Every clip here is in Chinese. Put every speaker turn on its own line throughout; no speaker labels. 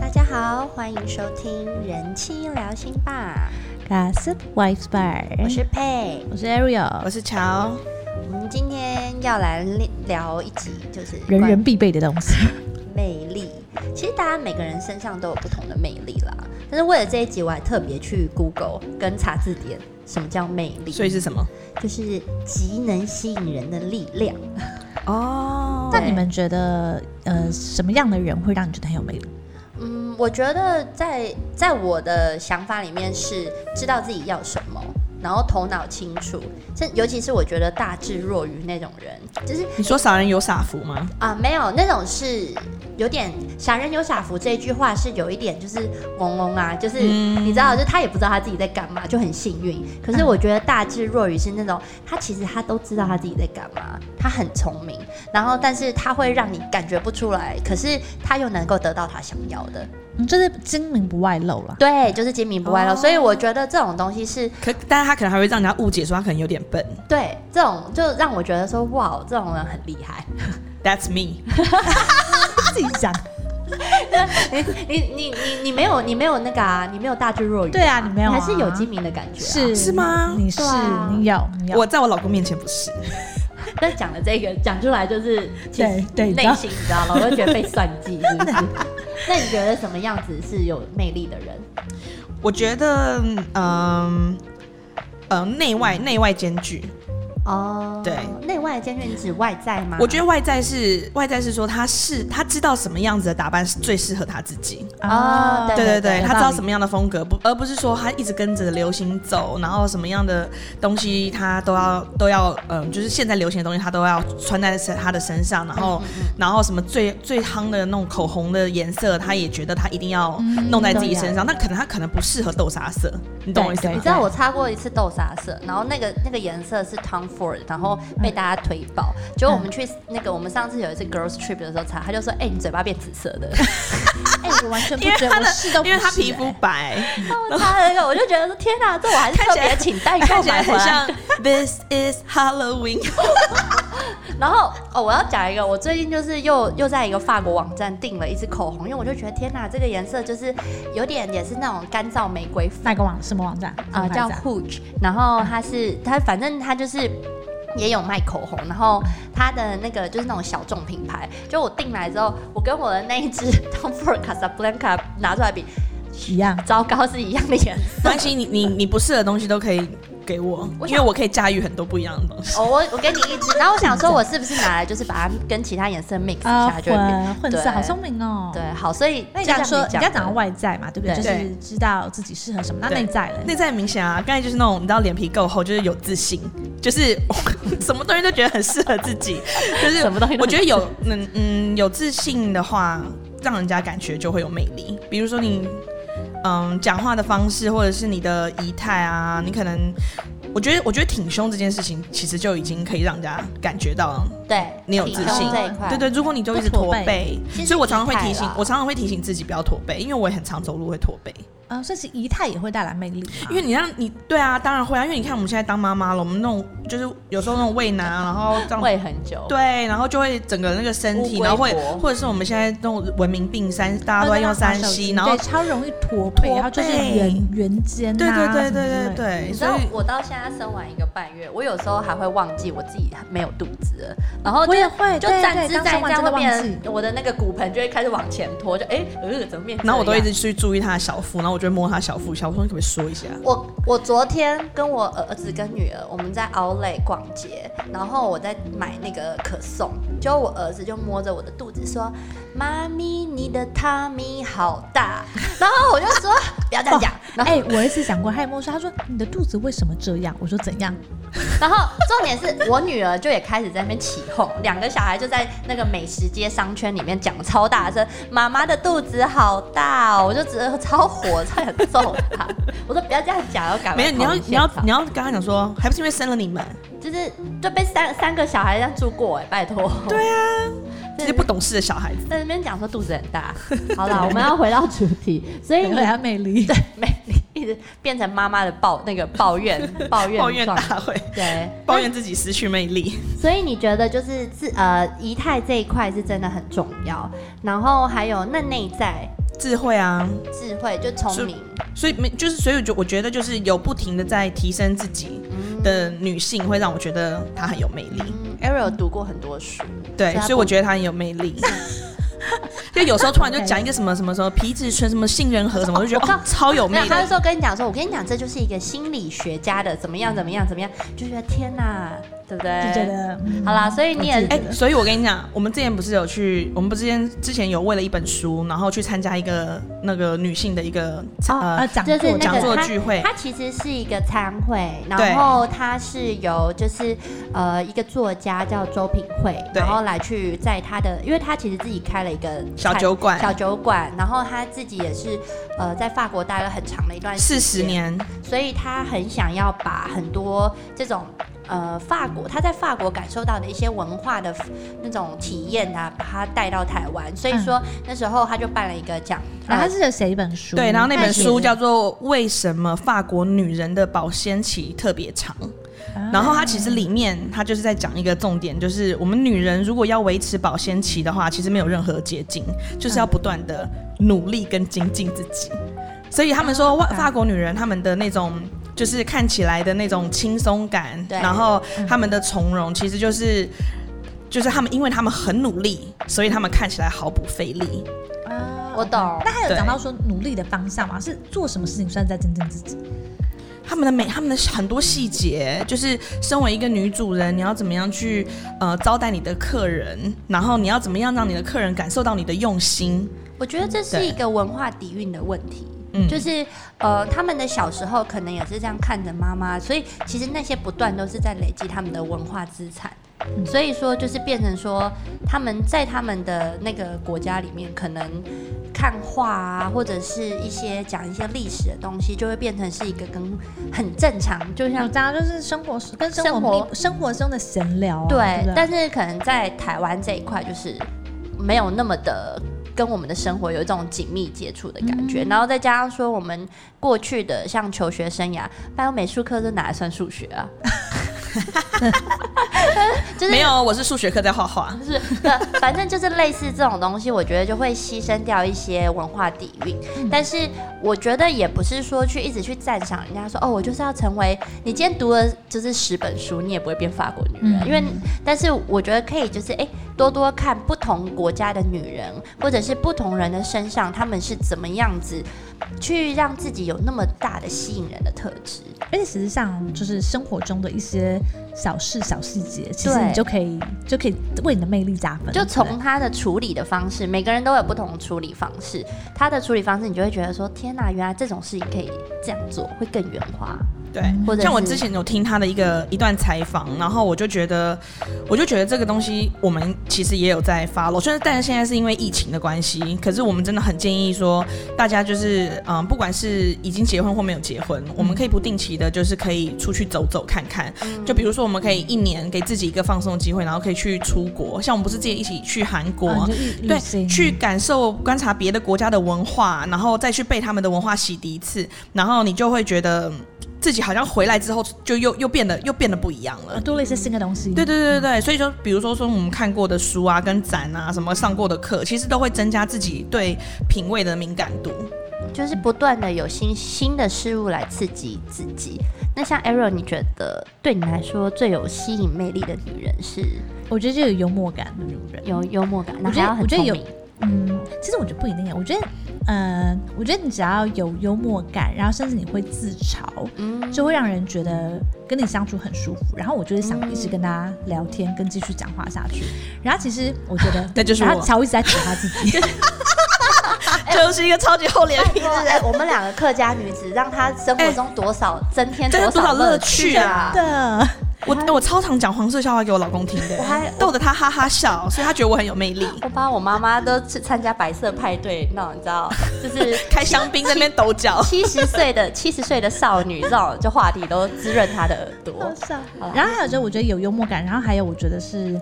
大家好，欢迎收听《人妻聊心吧
Gossip Wives》，
哎
我
Bar，
是佩。
我是 Ariel，
我是乔，
我们今天要来聊一集，就是
人
关
人必备的东西。
魅力。其实大家每个人身上都有不同的魅力啦，但是为了这一集，我还特别去 Google 跟查字典，什么叫魅力？
所以是什么？
就是极能吸引人的力量。
哦
那你们觉得，呃，什么样的人会让你觉得很有魅力？
嗯，我觉得在在我的想法里面是知道自己要什么，然后头脑清楚，这尤其是我觉得大智若愚那种人，就是
你说傻人有傻福吗？
啊、没有那种是有点傻人有傻福这一句话是有一点就是嗡嗡啊，就是、
嗯
你知道，就他也不知道他自己在干嘛，就很幸运。可是我觉得大智若愚是那种他其实他都知道他自己在干嘛，他很聪明，然后但是他会让你感觉不出来，可是他又能够得到他想要的。
嗯，就是精明不外露啦。
对，就是精明不外露。
哦
所以我觉得这种东西是
可，但是他可能还会让人家误解，说他可能有点笨。
对这种，就让我觉得说，哇，这种人很厉害。
That's me。
自己讲。
哎你你你你没有你没有那个啊，你没有大智若愚、
对啊你没有
还
啊
是有精明的感觉、啊。，
是吗
你是
对啊
你有你有。
我在我老公面前不是，
但讲的这个讲出来就是，其实
对对
内心你知道吗？我就觉得被算 计，是不是？那你觉得什么样子是有魅力的人？
我觉得，嗯，呃，内外内外兼具。
哦，
对
内外兼具，你指外在吗？
我觉得外在是外在是说他是他知道什么样子的打扮是最适合他自己。
啊对
对对
有
对，
道
他知道
理
什么样的风格，不而不是说他一直跟着流行走，然后什么样的东西他都要都要，嗯、就是现在流行的东西他都要穿在身他的身上，然
嗯
后、然后什么最最夯的那种口红的颜色，他也觉得他一定要
嗯
弄在自己身上，那可能他可能不适合豆沙色，你懂我意思
对
你
吗
知？道我擦过一次豆沙色，然后那个那个颜色是 Tom Ford，然后被大家推爆。结果我们去那个我们上次有一次 girls trip 的时候擦，他就说：“哎、你嘴巴变紫色的。
哎，我完全不
因为
觉得，
他
我
的
是都不
因为他
是
皮肤
哎
白，”
然后擦了一个，我就觉得说：“天哪，这我还是特别请
哎
代购
看起
买
来
回
很
来。
像 This is Halloween。”
然后哦，我要讲一个，我最近就是又又在一个法国网站订了一支口红，因为我就觉得天哪，这个颜色就是有点也是那种干燥玫瑰粉。
哪个网什么网站
啊、
什么牌
叫
子啊
Hooch，然后它是它反正它就是。也有卖口红，然后它的那个就是那种小众品牌。就我订来之后，我跟我的那一支 Tom Ford Casablanca 拿出来比，
一样。
糟糕是一样的颜色。
关系你你你不适合的东西都可以给我，
我想
因为我可以驾驭很多不一样的东西。
哦，我我给你一支，然后我想说，我是不是拿来就是把它跟其他颜色 mix 一
啊，
下就会变？
混混色
对
好聪明哦。
对，好，所以
那你
就
讲说，
像
你刚刚讲到
的
外在嘛，对不对？就
对
是知道自己适合什么。那
对
内在嘞？
内在很明显啊，刚才就是那种你知道脸皮够厚，就是有自信，就是 什么东西都觉得很适合自己，就是
什么东西都
我觉得有嗯嗯有自信的话，让人家感觉就会有魅力。比如说你嗯讲话的方式，或者是你的仪态啊，你可能我觉得我觉得挺胸这件事情，其实就已经可以让人家感觉到
对，
你有
体
自
重
信
这一块，
对对，如果你就一直
不驼
驼
背
背
其，实
所以我常常会
仪态
提醒
啦，
我常常会提醒自己不要驼背，因为我也很常走路会驼背。
啊，所以是仪态也会带来魅力嘛。
因为你让你对啊，当然会啊，因为你看我们现在当妈妈了，我们那种就是有时候那种喂奶啊，然后这样
会很久。
对，然后就会整个那个身
乌
体，
龟哦
然后会
脖
或者是我们现在那种文明病三，大家都在用三 C，
西，
然后
对超容易驼背，
驼
然后就是
背
圆圆肩啊，
对
什么
对对对对
之类的
对，
你知
所
道
以
我到现在生完一个半月，我有时候还会忘记我自己没有肚子了，然后就
我也会，
就
对
站
对
姿
刚
站
生
一
完
站
真的
会
忘记
变，，我的那个骨盆就会开始往前拖，就哎、呃，怎么变这样？
然后我都一直去注意他的小腹，然后我就会摸他小腹，小腹说你可不可以缩一下？
我我昨天跟我儿子跟女儿，我们在 Outlet 逛街，然后我在买那个可颂，结果我儿子就摸着我的肚子说：“妈咪，你的 tummy 好大。” 然后我就说：“不要这 样讲。”然后
哎、我儿子讲过，他也跟我说，他说你的肚子为什么这样？我说怎样？
然后重点是我女儿就也开始在那边起哄，两个小孩就在那个美食街商圈里面讲超大声：“妈妈的肚子好大哦！”我就只得超火，差点揍她。我说不要这样讲，要赶
没
快
有，你要
逃离现场
你要你要跟他讲说，还不是因为生了你们，
就是就被三三个小孩这样住过哎、拜托。对啊，
这些不懂事的小孩子。
在那边讲说肚子很大。好啦，我们要回到主题，所以
很
你
有他魅力。
对魅力。一直变成妈妈的抱那个抱怨抱怨
抱怨
状
大会，
对，
抱怨自己失去魅力。
所以你觉得就是自呃仪态这一块是真的很重要，然后还有那内在
智慧啊，
智慧就聪明，
所以没就是，所以我觉我觉得就是有不停的在提升自己的女性，会让我觉得她很有魅力。
嗯，Ariel 读过很多书，
对，
所以她
所以我
不啊
觉得她很有魅力。 就有时候突然就讲一个什么什么什么皮质醇、什么杏仁核什么，我就觉 得
我
哦超有
没
魅
有，
力。
他那时候跟你讲说，我跟你讲，这就是一个心理学家的怎么样怎么样怎么样，就觉得天哪，对不对？
就觉得嗯
好啦，所以你也
我自己
哎、所以我跟你讲，我们之前不是有去，我们不之前之前有为了一本书，然后去参加一个那个女性的一个、
哦
啊，
呃
讲
就是那个
座讲
讲座
他
聚会，
它其实是一个参会，
对
然后它是由就是呃一个作家叫周品慧，
对
然后来去在他的，因为他其实自己开了一个
小
餐
酒馆
小酒馆，然后他自己也是呃在法国待了很长的一段
四
时
十
间，
年，
所以他很想要把很多这种。呃，法国，他在法国感受到的一些文化的那种体验啊，把它带到台湾，所
嗯
以说、那时候他就办了一个讲，
啊
然后
呃
他是写一本书，
对，然后那本
但是
书叫做《为什么法国女人的保鲜期特别长》。然后它其实里面，它就是在讲一个重点，就是我们女人如果要维持保鲜期的话，其实没有任何捷径，就是要不断的努力跟精进自己。所以他们说，哇，法国女人她们的那种就是看起来的那种轻松感，
对
然后她们的从容，其实就是就是她们，因为她们很努力，所以她们看起来毫不费力。
啊
我懂
那他有
对
讲到说努力的方向吗？是做什么事情算是在增进自己？
他们的美，他们的很多细节，就是身为一个女主人，你要怎么样去呃招待你的客人，然后你要怎么样让你的客人感受到你的用心。
我觉得这是
对
一个文化底蕴的问题。
嗯
就是呃，他们的小时候可能也是这样看着妈妈，所以其实那些不断都是在累积他们的文化资产。所以说，就是变成说，他们在他们的那个国家里面，可能看画啊，或者是一些讲一些历史的东西，就会变成是一个跟很正常，就像
像大家就是生活跟生
生
活
活
密生活中的闲聊啊、
对
不，
但是可能在台湾这一块就是没有那么的。跟我们的生活有一种紧密接触的感觉，然后再加上说我们过去的像求学生涯，拜托美术课是哪来算数学啊？就是
没有，我是数学课在画画。
就是、呃 反正就是类似这种东西，我觉得就会牺牲掉一些文化底蕴。但是我觉得也不是说去一直去赞赏人家说哦，我就是要成为你今天读了就是十本书，你也不会变法国女人，因为但是我觉得可以就是哎、多多看不同国家的女人或者是不同人的身上，她们是怎么样子去让自己有那么大的吸引人的特质。
而且其实像就是生活中的一些小事、小细节，其实
对
你就可以就可以为你的魅力加分。
就
对
从他的处理的方式，每个人都有不同的处理方式。他的处理方式，你就会觉得说：天哪，原来这种事情可以这样做，会更圆滑。
对，
或者
像我
是
之前有听他的一个一段采访，然后我就觉得，我就觉得这个东西我们其实也有在 follow，就是但是现在是因为疫情的关系，可是我们真的很建议说，大家就是嗯、不管是已经结婚或没有结婚，我们可以不定期的，就是可以出去走走看看。
嗯
就比如说，我们可以一年给自己一个放松的机会，然后可以去出国，像我们不是之前一起去韩国，
嗯
啊，你就旅旅
对，
行
去感受观察别的国家的文化，然后再去被他们的文化洗涤一次，然后你就会觉得嗯自己好像回来之后就又又变得又变得不一样
啊
了。
多了一些新的东西。
对对对对对，所以就比如说说我们看过的书啊、跟展啊、什么上过的课，其实都会增加自己对品味的敏感度。
就是不断的有新新的事物来刺激自己。那像 Ariel，你觉得对你来说最有吸引魅力的女人是
我觉得就有幽默感的女人。
有幽默感，然
我
后
觉
还
得
要很
我觉得
聪
有
明。
嗯，其实我觉得不一定耶。我觉得，嗯、我觉得你只要有幽默感，然后甚至你会自嘲，
嗯，
就会让人觉得跟你相处很舒服。然后我就会想一直跟他
嗯
聊天，跟继续讲话下去。然后其实我觉得，
那就是
然后
我
乔一直在指他自 己，
啊就是一个超级厚脸皮的人。
哎，我们两个客家女子，让她生
哎
活中多少增添
增添多
少
少乐
趣
趣啊
啊！
的。
我我超常讲黄色笑话给我老公听的
我还，
逗得他哈哈笑，所以他觉得我很有魅 力。
我把我妈妈都去参加白色派对，那种你知道，就是
开香槟在那边抖脚，
七十岁的七十岁的少女，这种就话题都滋润她的耳朵。好啦
然后还有就是，我觉得有幽默感，然后还有我觉得是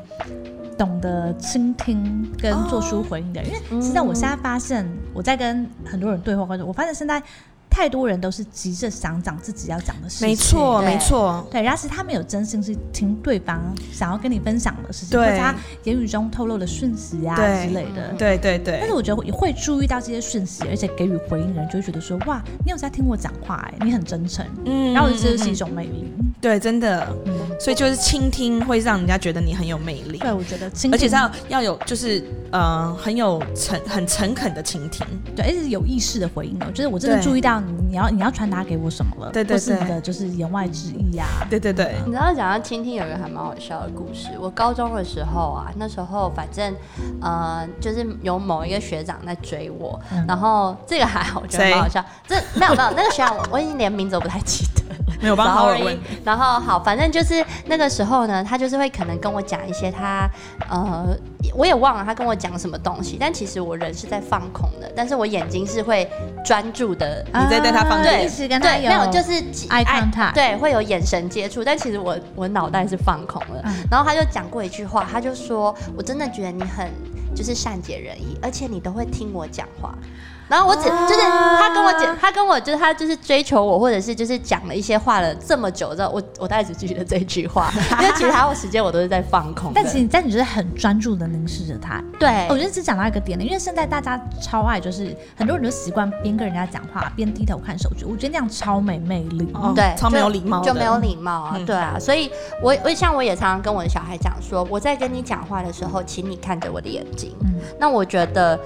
懂得倾听跟
哦嗯
做出回应的人，因为其实我现在发现我在跟很多人对话过程中，我发现现在。太多人都是急着想讲自己要讲的事情，
没错，
对
没错，
对，然后其实他没有真心去听对方想要跟你分享的事情，或
对
者他言语中透露的讯息啊
对嗯
之类的。
对对
但
对
是，我觉得会注意到这些讯息，而且给予回应的人就会觉得说，哇，你有在听我讲话、哎，你很真诚。
嗯
然后我觉得这就是
嗯
一
嗯
种魅力。嗯
对，真的，所以就是倾听会让人家觉得你很有魅力，
对，我觉得倾听，
而且要要有就是呃很有诚很诚恳的倾听，
对，而且是有意识的回应哦，就是我真的
对
注意到你你要你要传达给我什么了，
对对
或是你
对
的就是言外之意啊，
对对对，
你知道讲到倾听有一个还蛮好笑的故事。我高中的时候啊，那时候反正呃，就是有某一个学长在追我，
嗯
然后这个还好，我觉得
谁
蛮好笑。这没有没有那个学长我，我已经连名字我不太记得。
没有帮好耳问，
然后好，反正就是那个时候呢，他就是会可能跟我讲一些他呃，我也忘了他跟我讲什么东西，但其实我人是在放空的，但是我眼睛是会专注的。
你在对他放
对，
电
啊一直跟他
对，
有
没有，就是几
eye
哎
contact
对，会有眼神接触，但其实我我脑袋是放空了。
嗯
然后他就讲过一句话，他就说：“我真的觉得你很就是善解人意，而且你都会听我讲话。”然后我只、就是他跟我
啊
讲，他跟我就是他就是追求我，或者是就是讲了一些话了这么久之后，我我大概只记得这句话，因为其他的时间我都是在放空的。
但其实，但你就是很专注的凝视着他。
对
哦我觉得只讲到一个点了，因为现在大家超爱，就是很多人都习惯边跟人家讲话边低头看手机，我觉得那样超没魅力。
哦
对，
超没
就
有礼貌的
就没有礼貌啊，
嗯
对啊，所以我我像我也常常跟我的小孩讲说，我在跟你讲话的时候，请你看着我的眼睛。
嗯
那我觉得，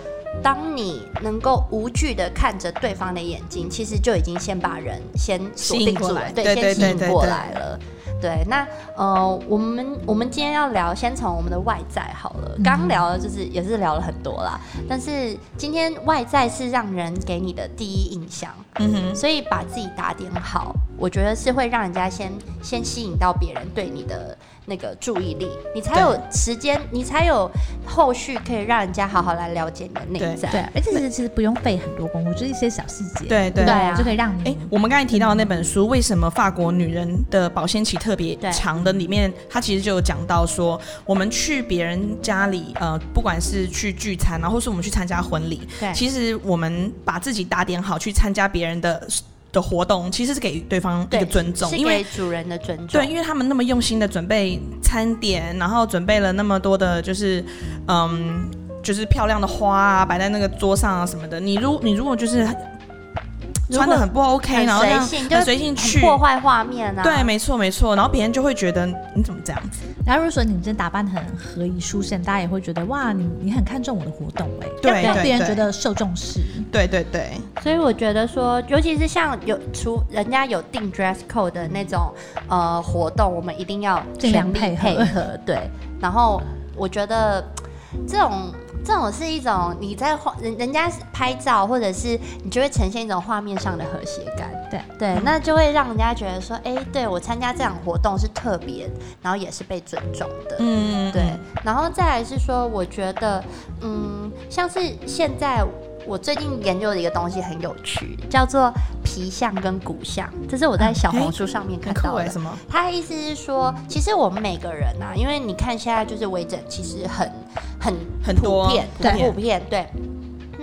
当你能够无惧的看着对方的眼睛，其实就已经先把人先锁
吸引
定
过
住了
来，
对，
对
先
对
吸
对
引
对
过
对
来了。对，那呃，我们我们今天要聊，先从我们的外在好了。
嗯
刚聊的就是也是聊了很多啦，但是今天外在是让人给你的第一印象，
嗯哼，
所以把自己打点好，我觉得是会让人家先先吸引到别人对你的那个注意力，你才有时间，你才有后续可以让人家好好来了解你的内在。
对，而且其实其实不用费很多功夫，就是一些小细节，
对对
对
啊
就可以让
哎
你，
我们刚才提到的那本书，为什么法国女人的保鲜期特别长的里面，它其实就有讲到说，我们去别人家里，呃，不管是去聚餐啊，或是我们去参加婚礼，
对
其实我们把自己打点好去参加别人的的活动，其实是给对方一个尊重，
是
因为
给主人的尊重。
对，因为他们那么用心的准备餐点，然后准备了那么多的，就是嗯，就是漂亮的花啊，摆在那个桌上啊什么的。你如你如果就是
如果
穿的很不 OK，
很
然后
随
让
性，就是
很随性
很
去，
破坏画面啊。
对，没错没错，然后别人就会觉得你怎么这样子？
然后如果说你今天打扮得很合宜舒适，大家也会觉得哇，你你很看重我的活动哎，
对
让让
对
别人觉
对
得受重视。
对对对，
所以我觉得说，尤其是像有除人家有定 dress code 的那种呃活动，我们一定要
尽量
全力
配合
配合。对，然后我觉得这种这种是一种你在画人人家拍照，或者是你就会呈现一种画面上的和谐感。
对
对，那就会让人家觉得说，哎、对我参加这场活动是特别，然后也是被尊重的。
嗯，
对，然后再来是说，我觉得，嗯，像是现在我最近研究的一个东西很有趣，叫做皮相跟骨相，这是我在小红书上面看
啊很
到
酷
的。
哎，什么？
他的意思是说，其实我们每个人啊，因为你看现在就是微整，其实很很
很
普
多
遍，
对
很普遍，对。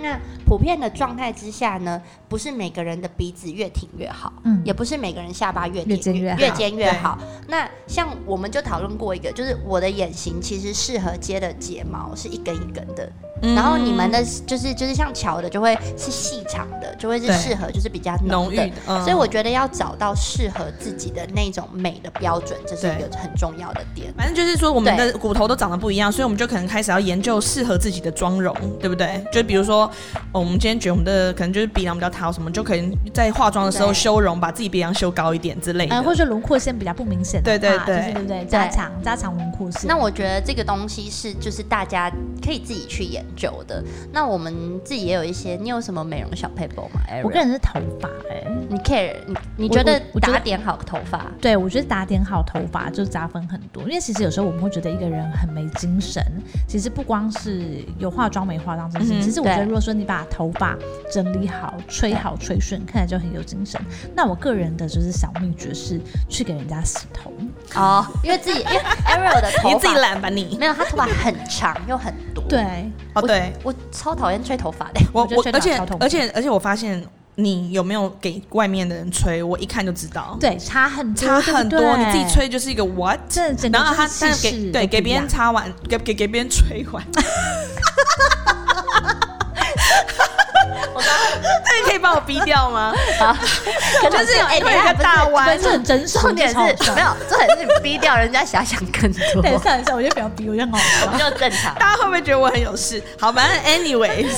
那普遍的状态之下呢，不是每个人的鼻子越挺越好，
嗯
也不是每个人下巴越
越
挺
尖越好
越尖越好。那像我们就讨论过一个，就是我的眼型其实适合接的睫毛是一根一根的，
嗯
然后你们的就是就是像乔的就会是细长的，就会是
对
适合就是比较浓
浓郁
的
的，，嗯
所以我觉得要找到适合自己的那种美的标准，这是一个很重要的点。
反正就是说，我们的骨头都长得不一样，所以我们就可能开始要研究适合自己的妆容，对不对？就比如说，哦我们今天觉得我们的可能就是鼻梁比较塌，什么就可能在化妆的时候
对
修容，把自己鼻梁修高一点之类的。
嗯，或者轮廓线比较不明显的话，
哎对对对
就是对不对？加强加强轮廓线。
那我觉得这个东西是就是大家可以自己去研究的。那我们自己也有一些，你有什么美容小 paper 吗？
我
Erin？
个人是头发哎、
你 care 你你
我
觉得
我我觉得
打点好头发，
对，我觉得打点好头发就加分很多，因为其实有时候我们会觉得一个人很没精神，其实不光是有化妆没化妆这件事情，
嗯哼
其实我觉得
对
如果说你把头发整理好、吹好、吹顺，看起来就很有精神。那我个人的就是小秘诀是去给人家洗头，
哦，因为自己因为 Ariel 的
你
头
自己
发
懒吧你？
没有，他头发很长又很多。，
对，
哦，对
我超讨厌吹头发的。
我
我觉得吹，头
我
发
而且
超痛苦
而且而且我发现你有没有给外面的人吹，我一看就知道，
对，差很多
差很多。
对不对
你自己吹就是一个 what，
这整个
然后他
就是
但
气
是
势
给
都
对
不一
给别人
样
擦完，给给给别人吹完，
我刚
那你可以把我逼掉吗？
刚 好，可
就是有
哎，
会
等
有一
下
个
不是
大弯
对，这很真实，
重点是
这超好笑
没有，重点是你逼掉人家遐想更 多，
等一下，等一下，我就不要逼，我就很好笑。
就正常。
大家会不会觉得我很有事？好，反正 anyways，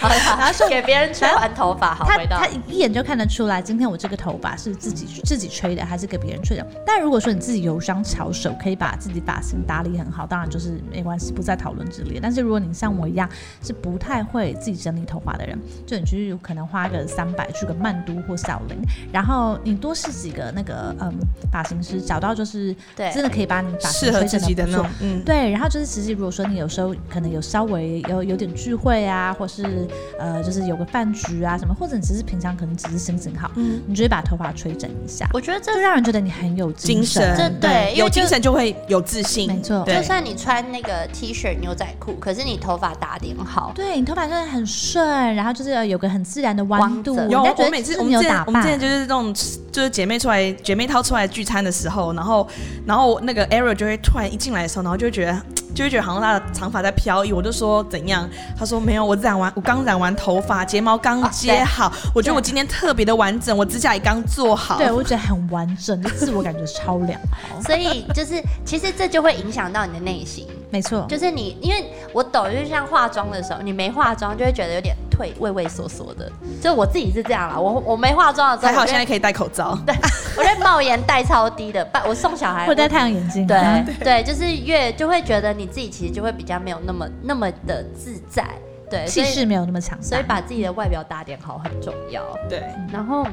好
然后说
了， 给别人吹完头发，好
他
回到
他一眼就看得出来，今天我这个头发是自己自己吹的，还是给别人吹的。但如果说你自己有双巧手，可以把自己发型打理很好，当然就是没关系，不在讨论之列。但是如果你像我一样是不太会自己整理头发的人，就你去可能花
嗯
个三百去个曼都或小林，然后你多试几个那个嗯发型师，找到就是
对
真的可以把你发型
适合
吹
自
成
己的
不
那
错
种，嗯，
对，然后就是其实如果说你有时候可能有稍微有有点聚会啊，或是呃就是有个饭局啊什么，或者你只是平常可能只是心情好，
嗯
你就会把头发吹整一下，
我觉得这
就让人觉得你很有
精
神。
神
这对因为
有
就
精神就会有自信，
没错
就
对。
算你穿那个 T 恤牛仔裤，可是你头发打点好，
对你头发真的很顺，然后就是呃有个很自然的弯
光
度，
泽
人
有
有，
家觉
我
得
每
就
次
是
我
你
们
有
之前
打
我们之前
扮。
就是这种，就是姐妹出来姐妹掏出来聚餐的时候，然后然后那个 Ariel 就会突然一进来的时候，然后就会觉得嗯就会觉得好像她的长发在飘逸，我就说怎样？她说没有，我染完我刚染完头发，睫毛刚
啊
接
对
好，我觉得我今天特别的完整，我指甲也刚做好。
对，我觉得很完整，就自我感觉超良好。
所以就是其实这就会影响到你的内心。
没错，
就是你，因为我懂，就是像化妆的时候，你没化妆就会觉得有点退畏畏缩缩的。就我自己是这样啦，我我没化妆的时候，
还好
我就
现在可以戴口罩。
我觉得帽檐戴超低的，拜我送小孩
会戴太阳眼镜啊，
对对，就是越就会觉得你自己其实就会比较没有那么那么的自在，对，
气
所以
势没有那么强大。
所以把自己的外表打点好很重要。
对，
然后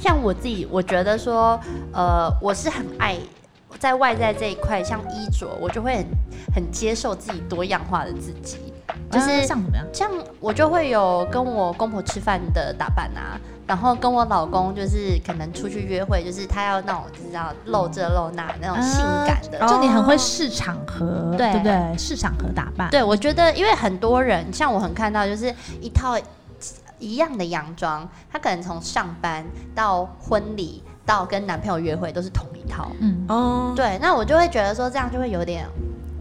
像我自己，我觉得说，呃，我是很爱在外在这一块，像衣着，我就会很很接受自己多样化的自己，就是、
啊像怎么样？
像我就会有跟我公婆吃饭的打扮啊，然后跟我老公就是可能出去约会，就是他要那种你知道露这露那那
啊
种性感的。
哦
就你很会试场合，
对
对不对？试场合打扮，
对，我觉得因为很多人像我很看到就是一套一样的洋装，他可能从上班到婚礼到跟男朋友约会都是同一套。
嗯，
哦，
对，那我就会觉得说这样就会有点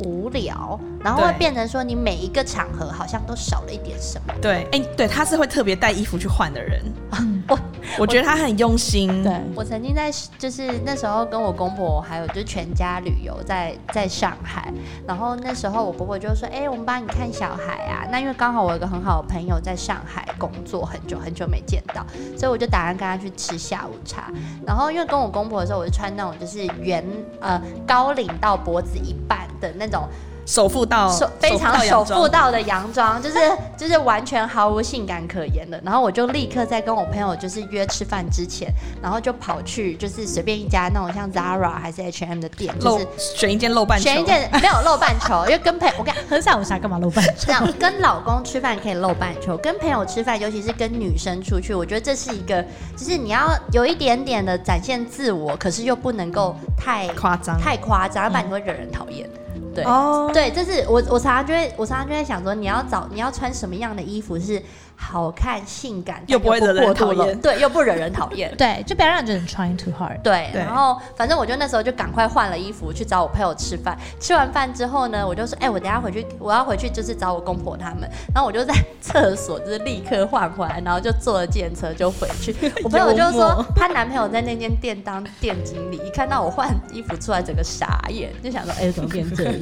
无聊，然后会
对
变成说你每一个场合好像都少了一点什么。
对，哎、对，他是会特别带衣服去换的人。
我
我觉得他很用心。
对，
我曾经在就是那时候跟我公婆还有就全家旅游在在上海，然后那时候我婆婆就说：“哎、我们帮你看小孩啊。”那因为刚好我有一个很好的朋友在上海工作很久很久没见到，所以我就打算跟他去吃下午茶。然后因为跟我公婆的时候，我就穿那种就是圆呃高领到脖子一半的那种
首付到
手非常
首
手
哦付到洋
妇
装
道的洋装，就是就是完全毫无性感可言的。然后我就立刻在跟我朋友就是约吃饭之前，然后就跑去就是随便一家那种像 Zara 还是 H&M 的店，就
露
是
选一件露半球，
选一件没有露半球，因为跟朋友我跟你讲
很想我啥干嘛露半身？。
这样，跟老公吃饭可以露半球，跟朋友吃饭，尤其是跟女生出去，我觉得这是一个就是你要有一点点的展现自我，可是又不能够太
夸张。
太夸张，不然你会惹人讨厌。对。
哦，
对，这是我我常常就会，我常常就在想说，你要找你要穿什么样的衣服是好看、性感，但
又不会惹人
过度
讨
了
厌
对，又不惹人讨厌
对，就不要让人觉得你 trying too hard。
对，
对
然后反正我就那时候就赶快换了衣服去找我朋友吃饭。吃完饭之后呢，我就说，哎、我等一下回去，我要回去就是找我公婆他们。然后我就在 厕所就是立刻换回来，然后就坐了电车就回去。我朋友就
幽
说
默，
她男朋友在那间店当店经理，一看到我换衣服出来，整个傻眼，就想说，哎、怎么变这 样？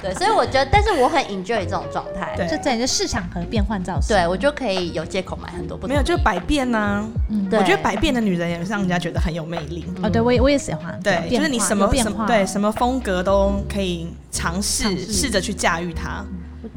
对，所以我觉得，但是我很 enjoy 这种状态。
对
就在你的市场和变换造型。
对，我就可以有借口买很多不同的
没有，就是
衣服
百变呐、
嗯
对嗯
我觉得百变的女人也让人家觉得很有魅力。
哦，对我也我也喜欢。
对，
变
就
化
是你什么
有变
什么
化，
对什么风格都可以尝试，
尝试
试着去驾驭它。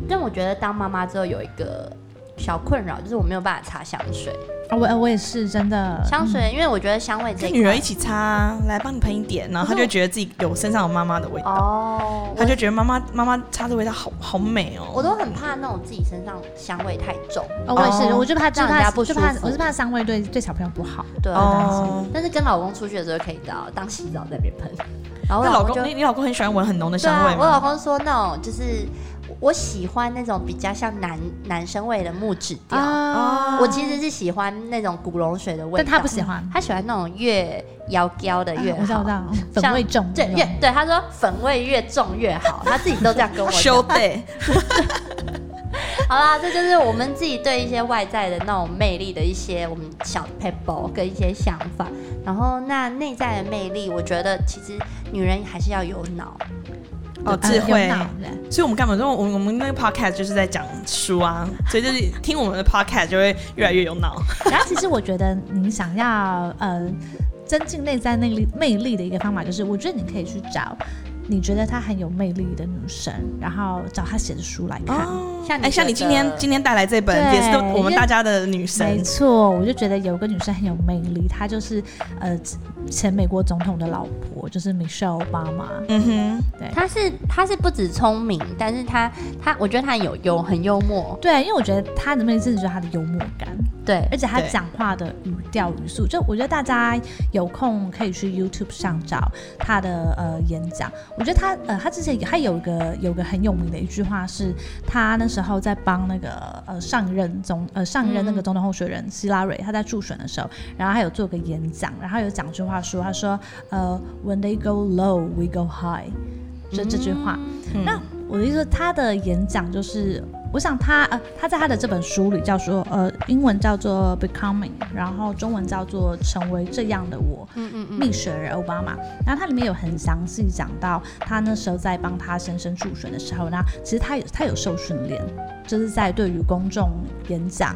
但我觉得当妈妈之后有一个小困扰，就是我没有办法擦香水。
啊我我也是真的
香水，因为我觉得香味这
嗯跟
一
女儿
块
一起擦啊，来帮你喷一点，然后她就会觉得自己有身上有妈妈的味道，
哦，
她
我
就觉得妈妈妈妈擦的味道好好美哦。
我都很怕那种自己身上香味太重。
哦，我也是，
哦
我就怕就
让人
怕
家不
就
舒
怕
服
我是怕香味对对小朋友不好。
对，啊
哦
但是跟老公出去的时候可以，你知道，当洗澡在那边喷。然后我
那老
公
公，
就
你你老公很喜欢闻很浓的
对
香
啊
味，
我
吗？
老公说那种就是我喜欢那种比较像男男生味的木质调。
啊
哦
我其实是喜欢那种古龙水的味道，
但他不喜欢
他喜欢那种越摇高的越
啊我知道，
好
我知。道，粉
像
味重，
对，
那
越
种
对他说粉味越重越好，他自己都这样跟 我讲。
修 day，
好啦，这就是我们自己对一些外在的那种魅力的一些我们小 pebble 跟一些想法。然后那内在的魅力，我觉得其实女人还是要有脑，
哦，
啊
智慧
呃
有。脑对
所以我们干嘛？因为我们我们那个 podcast 就是在讲书啊，所以就是听我们的 podcast 就会越来越有脑。
然后其实我觉得你想要呃增进内在魅力魅力的一个方法，就是我觉得你可以去找你觉得她很有魅力的女生，然后找她写的书来看。
像你
哎，像你
觉
今
得
天今天带来这本
哦对
也是我们大家的女
没
神，
错，我就觉得有个女生很有魅力，她就是呃前美国总统的老婆，就是 Michelle Obama。
嗯哼，
她是她是不止聪明，但是她她我觉得她有有很幽默，
对，因为我觉得她的魅力真的就是她的幽默感，
对
而且她
对
讲话的语调语速，就我觉得大家有空可以去 YouTube 上找她的呃演讲。我觉得她呃，她之前她有一个有个很有名的一句话是，她那时候在帮那个呃上任总呃上任那个总统候选人希拉蕊，她在助选的时候，然后她有做个演讲，然后她有讲句话说，她说呃，When they go low, we go high，就这句话。那我的意思说，他的演讲就是，我想他呃，他在他的这本书里叫做呃，英文叫做《Becoming》，然后中文叫做《成为这样的我》。
嗯嗯嗯，
蜜雪儿奥巴马，然后它里面有很详细讲到他那时候在帮他先生助选的时候，那其实他有他有受训练，就是在对于公众演讲。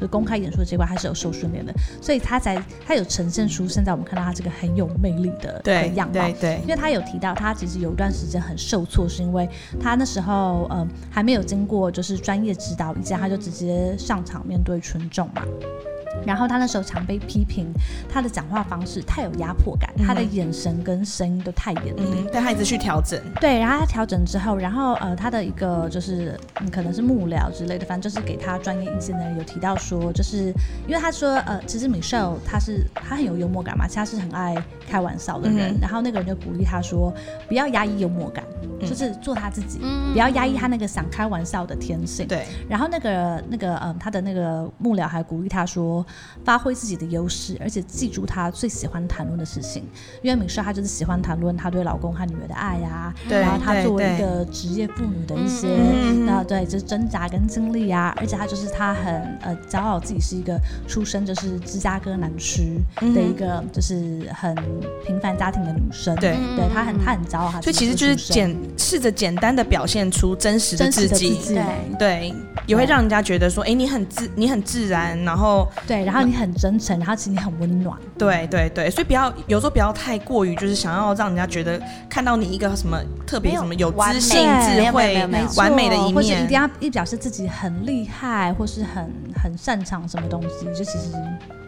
就公开演说这块，他是有受训练的，所以他才他有呈现出现在我们看到他这个很有魅力的的
对
样貌
对。对
因为他有提到，他其实有一段时间很受挫，是因为他那时候嗯还没有经过就是专业指导意见，他就直接上场面对群众嘛。然后他那时候常被批评，他的讲话方式太有压迫感，他的眼神跟声音都太严厉。
嗯，但他一直去调整，
对，然后他调整之后，然后呃，他的一个就是嗯，可能是幕僚之类的，反正就是给他专业意见的人有提到说，就是因为他说呃，其实 Michelle 他是他很有幽默感嘛，其实他是很爱开玩笑的人，
嗯
然后那个人就鼓励他说，不要压抑幽默感，
嗯
就是做他自己，
嗯
不要压抑他那个想开玩笑的天性。
对，
然后那个那个嗯，他的那个幕僚还鼓励他说，发挥自己的优势，而且记住他最喜欢谈论的事情。因为米莎她就是喜欢谈论她对老公和女儿的爱啊呀、
对
然后她
对
作为一
对
个职业妇女的一些
嗯嗯嗯嗯
啊、对，就是挣扎跟经历啊，而且她就是她很呃骄傲自己是一个出生就是芝加哥南区
嗯
的一个就是很平凡家庭的女生，
对
对她很她很骄傲，她
所以其实
自己
就是
出生
简试着简单的表现出真实的
真实
自
的自
己，嗯
己，
对
对，也会让人家觉得说，哎、你很自，你很自然，然后
对，然后你很真诚，然后其实你很温暖。
对对对，所以不要有时候不要太过于就是想要让人家觉得看到你一个什么特别
没有
什么有
完
知
美
性
对
智
没有没有
慧
没有没有
完美的一
或是一定
面。
要一表示自己很厉害，或是很很擅长什么东西，就其实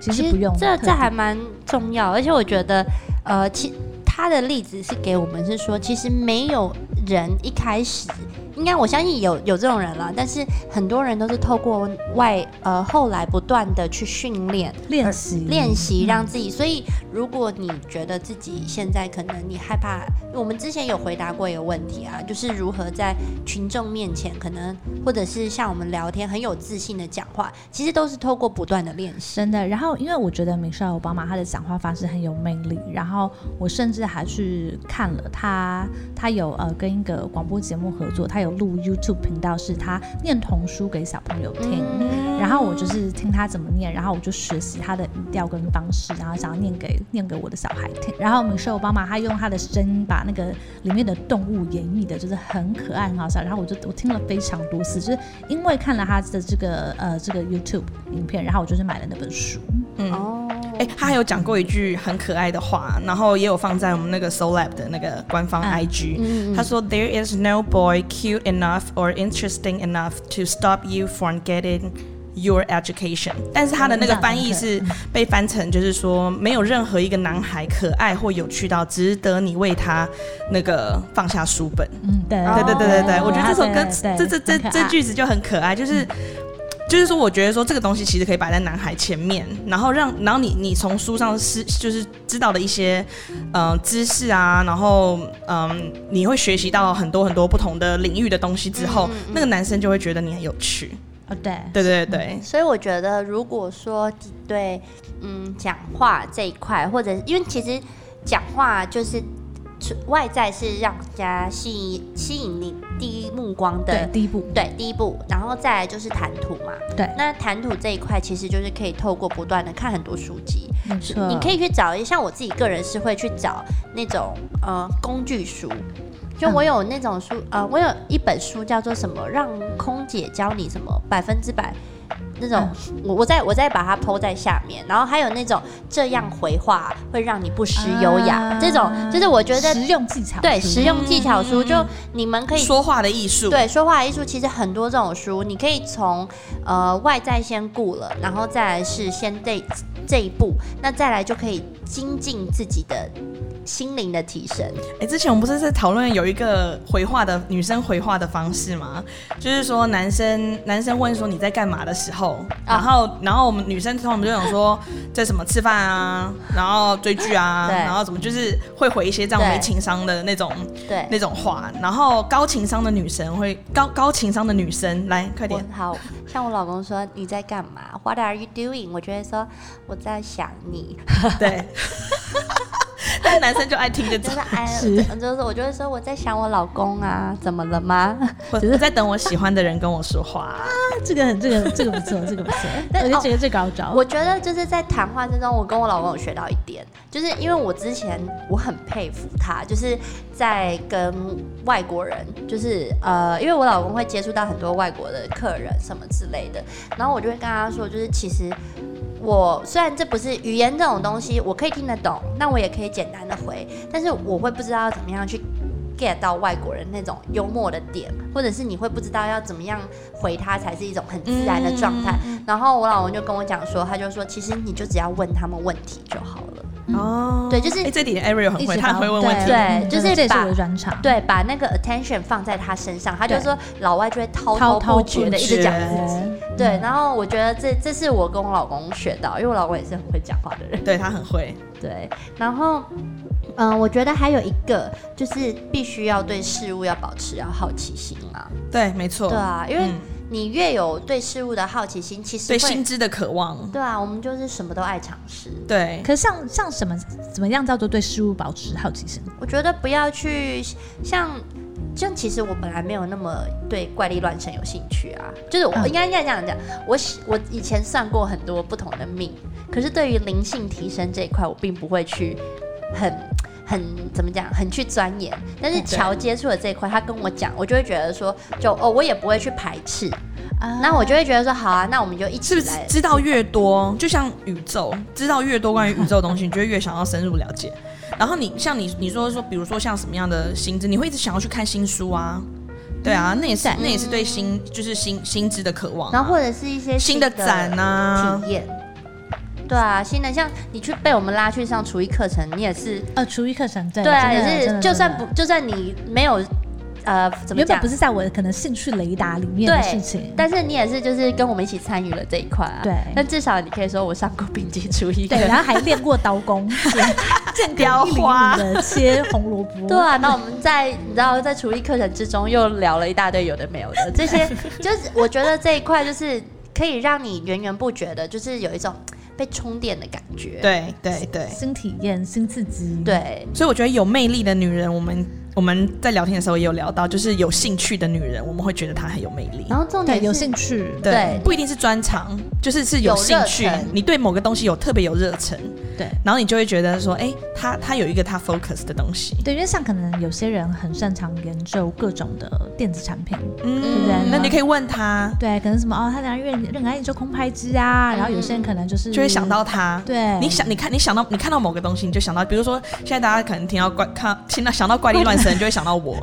其
其
实
实
不用
这
特
这
地
还蛮重要，而且我觉得，呃，其他的例子是给我们是说，其实没有人一开始，应该我相信有有这种人了，但是很多人都是透过外呃后来不断的去训练。
练习
呃
嗯
练习让自己，所以如果你觉得自己现在可能你害怕，我们之前有回答过一个问题啊，就是如何在群众面前，可能或者是像我们聊天很有自信的讲话，其实都是透过不断的练习。
真的。然后，因为我觉得米歇尔奥巴马他的讲话方式很有魅力，然后我甚至还去看了他，他有呃跟一个广播节目合作，他有录 YouTube 频道，是他念童书给小朋友听。
嗯
然后我就是听他怎么念，然后我就学习他的语调跟方式，然后想要念给念给我的小孩听。然后米歇尔奥巴马他用他的声音把那个里面的动物演绎的，就是很可爱很好笑。然后我就我听了非常多次，就是因为看了他的这个呃这个 YouTube 影片，然后我就是买了那本书。
哦，
哎、他还有讲过一句很可爱的话，然后也有放在我们那个 Soul Lab 的那个官方 IG，、他说 There is no boy cute enough or interesting enough to stop you from getting。Your education，但是他的那个翻译是被翻成，就是说没有任何一个男孩可爱或有趣到值得你为他那个放下书本。
嗯，对
对对对对对，我觉得这首歌
对对
这这
很可爱
这
嗯
这句子就很可爱，就是就是说，我觉得说这个东西其实可以摆在男孩前面，然后让，然后你你从书上是就是知道的一些，呃，知识啊，然后嗯、你会学习到很多很多不同的领域的东西之
嗯
后，那个男生就会觉得你很有趣。
哦，对，
对对对
所以我觉得，如果说你对嗯讲话这一块，或者因为其实讲话就是外在是让人家吸引吸引你第一目光的
对，第一步，
对，第一步，然后再来就是谈吐嘛。
对
那谈吐这一块其实就是可以透过不断的看很多书籍，
没错，
你可以去找一，像我自己个人是会去找那种呃工具书。
嗯
就我有那种书，呃，我有一本书叫做什么，让空姐教你什么百分之百那种，
嗯
我我再我再把它剖在下面，然后还有那种这样回话会让你不失优雅，
啊
这种就是我觉得
实用嗯技巧，
对实用技巧书，就你们可以
说话的艺术，
对，说话艺术其实很多这种书，你可以从呃外在先顾了，然后再来是先这这一步，那再来就可以精进自己的心灵的提升。
哎、之前我们不是在讨论有一个回话的女生回话的方式吗？就是说男生男生问说你在干嘛的时候，
啊
然后、然后我们女生通常就想说在什么吃饭啊，然后追剧啊，
对
然后怎么就是会回一些这样
对
没情商的那种
对，
那种话，然后高情商的女生会高高情商的女生来快
我
点，
好像我老公说你在干嘛？What are you doing？我就会说我在想你，
对，但是男生就爱听这
就
种
是，哎，
是
就是我就会说我在想我老公啊，怎么了吗？
我我在等我喜欢的人跟我说话，
啊 这个这个这个不错，这个 不错，我
哦
觉得这个最高招。
我觉得就是在谈话之中，我跟我老公有学到一点，就是因为我之前我很佩服他，就是在跟外国人，就是呃，因为我老公会接触到很多外国的客人什么之类的，然后我就会跟他说，就是其实。我虽然这不是语言这种东西，我可以听得懂，那我也可以简单的回，但是我会不知道要怎么样去 get 到外国人那种幽默的点，或者是你会不知道要怎么样回他才是一种很自然的状态。
嗯
然后我老公就跟我讲说，他就说，其实你就只要问他们问题就好了。
哦，
嗯对就是
哎、这点 Ariel 很
一
会，
直
他
把
很会问
对
问题。
对就是
嗯这也是
把
我的专长。
对，把那个 attention 放在他身上，他就
对
说老外就会滔滔
滔滔
不
不
绝的一直讲自己。
嗯
对，然后我觉得这这是我跟我老公学到，因为我老公也是很会讲话的人。
对他很会，
对，然后，嗯、我觉得还有一个就是必须要对事物要保持要好奇心啊。
对，没错，
对啊，因为
嗯
你越有对事物的好奇心，其实
对
会
薪资的渴望，
对啊，我们就是什么都爱尝试。
对，
可是像像什么怎么样叫做对事物保持好奇心？
我觉得不要去像。像其实我本来没有那么对怪力乱神有兴趣啊，就是我
嗯
应该应该这样讲，我喜我以前算过很多不同的命，可是对于灵性提升这一块，我并不会去很很怎么讲，很去钻研。但
嗯
是乔接触的这一块，他跟我讲，我就会觉得说，就哦，我也不会去排斥，那我就会觉得说，好啊，那我们就一起
嗯是不是
来
知道越多，就像宇宙，知道越多关于宇宙的东西，你就会越想要深入了解。然后你像你你说说，比如说像什么样的薪资，你会一直想要去看新书啊，对啊，那也是那也是对新就是新薪资的渴望啊、
嗯然后或者是一些
新的展啊，
体验。对啊，新的像你去被我们拉去上厨艺课程，你也是
呃，厨艺课程对
对啊，
真的
也
真
是
的
就
真
算
的
不就算你没有呃怎么
原本
讲
不，是在我的可能兴趣雷达里面的
对
事情，
但是你也是就是跟我们一起参与了这一块啊。
对
但至少你可以说我上过丙级厨艺课
对，。然后还练过刀 工，是健
雕
康一零
花
五的切红萝卜，
对啊，那我们在你知道在厨艺课程之中又聊了一大堆有的没有的，这 些就是我觉得这一块就是可以让你源源不绝的，就是有一种被充电的感觉。
对对对。
新体验、新刺激，，
对
所以我觉得有魅力的女人，我们我们在聊天的时候也有聊到，就是有兴趣的女人，我们会觉得她很有魅力。
然后重点
对，
是
有兴趣，
对，
对
不一定是专长，就是是有
有
兴
热
趣
忱，
你对某个东西有特别有热忱，
对。
然后你就会觉得说，哎、他他有一个他 focus 的东西，
对，因为像可能有些人很擅长研究各种的电子产品，
嗯，
对不对
那你可以问他，
对，可能什么哦，他等下认认爱研究空拍机啊，
嗯
然后有些人可能就是
就会想到他。
对，
你想，你看，你想到，你看到某个东西，你就想到，比如说，现在大家可能听到怪，看听到想到怪力乱神，就会想到 我。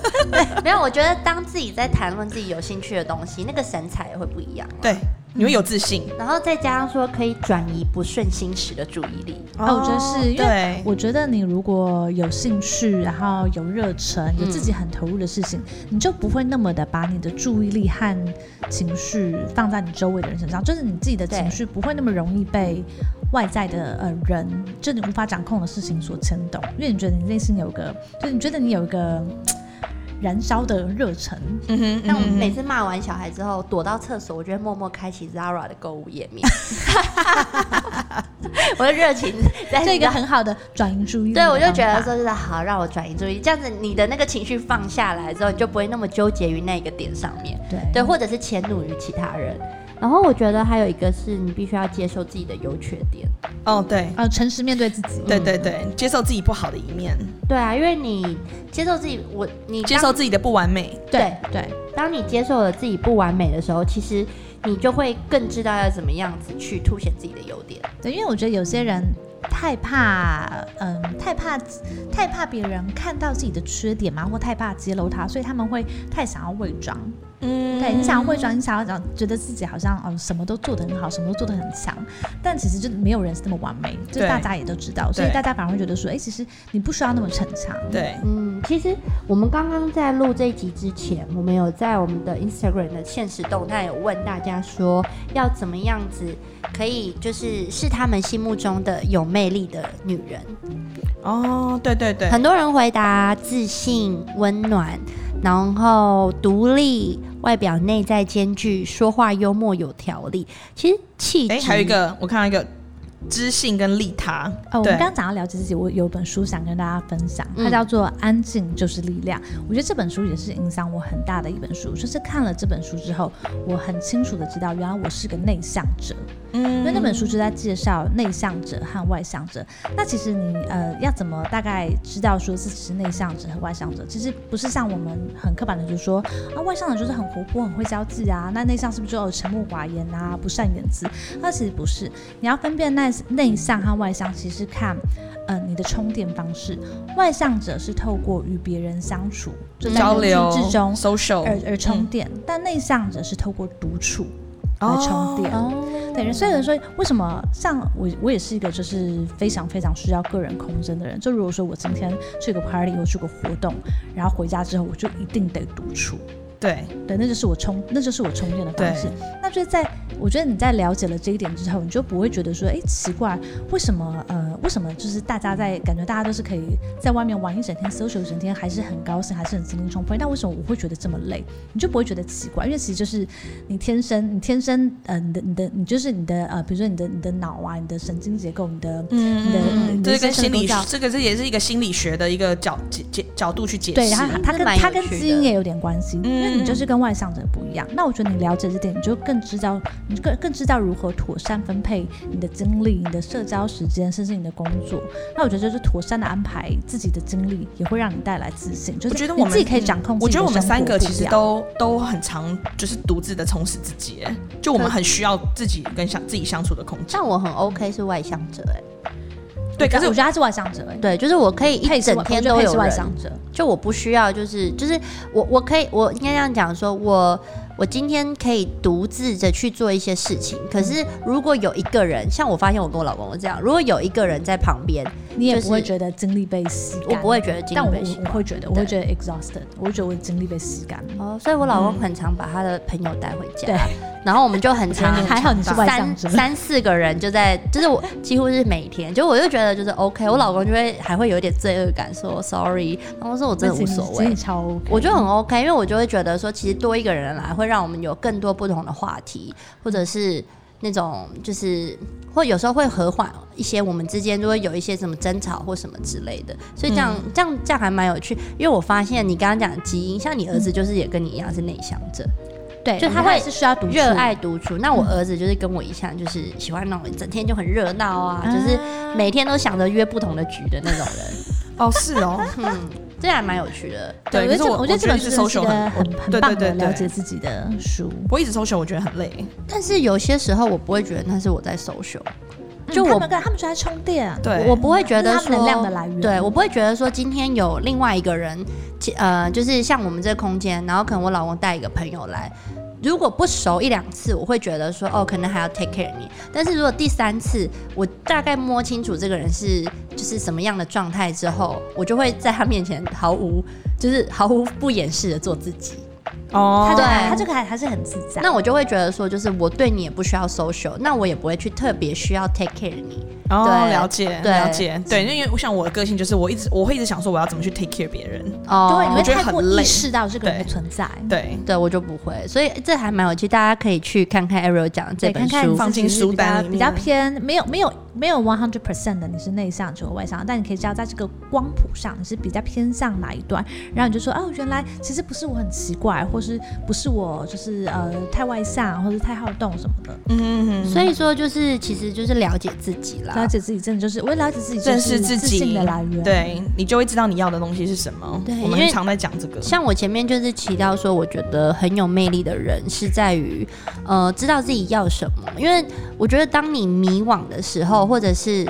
没有，我觉得当自己在谈论自己有兴趣的东西，那个神采也会不一样。啊
对，你会有自信。
然后再加上说可以转移不顺心时的注意力，
啊，我觉得
哦
是因为
对，
我觉得你如果有兴趣，然后有热忱，有自己很投入的事情，你就不会那么的把你的注意力和情绪放在你周围的人身上，就是你自己的情绪不会那么容易被外在的呃人，就你无法掌控的事情所牵动，因为你觉得你内心有个，就你觉得你有一个嘖燃烧的热忱，
嗯哼，
但我每次骂完小孩之后，躲到厕所，我就会默默开启 Zara 的购物页面， 我的热情在
这一个。很好嗯的转移注意力的
哎对，
方
我
法。
就觉得说就是好，让我转移注意，这样子你的那个情绪放下来之后，你就不会那么纠结于那个点上面，
对
对，或者是迁怒于其他人。然后我觉得还有一个是你必须要接受自己的优缺点，
哦，对，
呃，诚实面对自己，
对对对，接受自己不好的一面，
嗯
对啊，因为你接受自己，我你
接受自己的不完美。
对对，
当你接受了自己不完美的时候，其实你就会更知道要怎么样子去凸显自己的优点。
对，因为我觉得有些人太怕，嗯，太怕太怕别人看到自己的缺点嘛，或太怕揭露他，所以他们会太想要伪装。
嗯
对，你想要伪装，你想要讲，觉得自己好像哦什么都做得很好，什么都做得很强，但其实就没有人是那么完美，就
对
大家也都知道，所以
对
大家反而会觉得说，哎，其实你不需要那么逞强。
对，
嗯，其实我们刚刚在录这一集之前，我们有在我们的 Instagram 的现实动态有问大家说，要怎么样子可以就是是他们心目中的有魅力的女人。
哦，对对对，
很多人回答自信、温暖，然后独立，外表内在兼具，说话幽默有条理。其实气质，
哎，还有一个，我看到一个知性跟利他。
哦，我
对
们刚刚讲到了解自己，我有本书想跟大家分享，
嗯
它叫做《安静就是力量》。我觉得这本书也是影响我很大的一本书，就是看了这本书之后，我很清楚的知道，原来我是个内向者。因为
嗯，
那本书就在介绍内向者和外向者。那其实你呃要怎么大概知道说自己是内向者和外向者？其实不是像我们很刻板的就说啊，外向者就是很活泼、很会交际啊，那内向是不是就有沉默寡言啊、不善言辞？那其实不是，你要分辨内内向和外向，其实看呃你的充电方式。外向者是透过与别人相处，就在
交
人
流嗯
群之中而
social
而充电，但内向者是透过独处来
哦
充电。
哦，
对，所以说为什么像我，我也是一个就是非常非常需要个人空间的人。就如果说我今天去个 party 或去个活动，然后回家之后我就一定得独处，
对，
对，那就是我充，那就是我充电的方式
对。
那就是在我觉得你在了解了这一点之后，你就不会觉得说，哎，奇怪，为什么呃，为什么就是大家在感觉大家都是可以在外面玩一整天、social 一整天，还是很高兴，还是很精力充沛，那为什么我会觉得这么累？你就不会觉得奇怪，因为其实就是你天生，你天生呃，你的你的你就是你的呃，比如说你的你的脑啊，你的神经结构，你的
嗯
你的你的
这是跟
身
心理
构造，
这个这也是一个心理学的一个角角角角度去解释。
对，然后它
是
跟
蛮有
它跟
趣的
基因也有点关系，
嗯
因为你就是跟外向者不一样。那我觉得你了解这点，你就更知道，你就更更知道如何妥善分配你的精力、你的社交时间，甚至你的工作。那我觉得就是妥善的安排自己的精力，也会让你带来自信，就
我觉
是
得
你
我们嗯
自己可以掌控自
我
己
觉
的
得我们
生活
三个其
步
实
调
都都很常就是独自的充实自己，哎就我们很需要自己跟相自己相处的空间。
像我很 OK 是外向者哎、
对，可
我
是
觉得他是外向者、欸，
对，就是我可以一整天都
我觉得他也
有
是外
人，
向者。
就我不需要就是就是我我可以我应该这样讲说，我我今天可以独自的去做一些事情，可是如果有一个人，像我发现我跟我老公我这样，如果有一个人在旁边，
你也
就是
不会觉得精力被吸干，
我不会觉得精力
但我
被吸
我我会觉得，我
对
会觉得 exhausted，我会觉得我的精力被吸干。
哦，所以我老公很常把他的朋友带回家，
嗯对，
然后我们就很常
我觉得你还好你是外向
三
者
三四个人就在，就是我几乎是每天，就我就觉得就是 OK，我老公就会还会有一点罪恶感，说 sorry，然后说我真的
那其
无
实
所
精力
谓。
超 OK
我就很 OK，因为我就会觉得说，其实多一个人来会让我们有更多不同的话题，或者是那种就是，或有时候会和缓一些我们之间就会有一些什么争吵或什么之类的，所以这样、
嗯
这样这样还蛮有趣。因为我发现你刚刚讲的基因，像你儿子就是也跟你一样是内向者，
对，
就他
还
会
是需要独处
热爱独处。那我儿子就是跟我一样，就是喜欢那种整天就很热闹啊，就是每天都想着约不同的局的那种 人。
哦是哦，
嗯，这还蛮有趣的。
对，
我觉得
可是
这
我
我觉得这本
一
书
直
真的是一
social
个
很
很
我
很
对
棒
对
的
对
了
对
解自己的书。
我一直 social 我觉得很累，
但是有些时候我不会觉得那是我在 social，就
嗯他
我
们跟他们就在充电，
对
我不会觉得
那是
说
他们能量的来源
对我不会觉得说今天有另外一个人，其呃，就是像我们这个空间，然后可能我老公带一个朋友来，如果不熟一两次，我会觉得说哦，可能还要 take care 你。但是如果第三次，我大概摸清楚这个人是就是什么样的状态之后，我就会在他面前毫无就是毫无不掩饰的做自己。
哦
他就
对
他这个还还是很自在。
那我就会觉得说，就是我对你也不需要 social，那我也不会去特别需要 take care 你。
哦，
对呃
了解，
对嗯
了解，对，因为我像我的个性就是，我一直我会一直想说我要怎么去 take care 别人，
哦
对，你
我
会
觉得
太
很
过
累
意识到这个人的
对
存在。
对，
对我就不会，所以这还蛮有趣，大家可以去看看 Ariel 讲的这
对，
本
看
书。
看你
放进
自己是
书
比较
单里嗯
比较
面
偏，没有没有没有 one hundred percent 的你是内向者或外向，但你可以知道在这个光谱上你是比较偏向哪一段，然后你就说哦，原来其实不是我很奇怪，或是不是我就是呃太外向，或是太好动什么的。
嗯
所以说，就是其实就是了解自己啦。
了解自己，真的就是我也了解自己，就
认
是
识自
自信
己
的来源。，
对你就会知道你要的东西是什么。
对
我们
因为
很常在讲这个。
像我前面就是提到说，我觉得很有魅力的人是在于，呃，知道自己要什么。因为我觉得当你迷惘的时候，或者是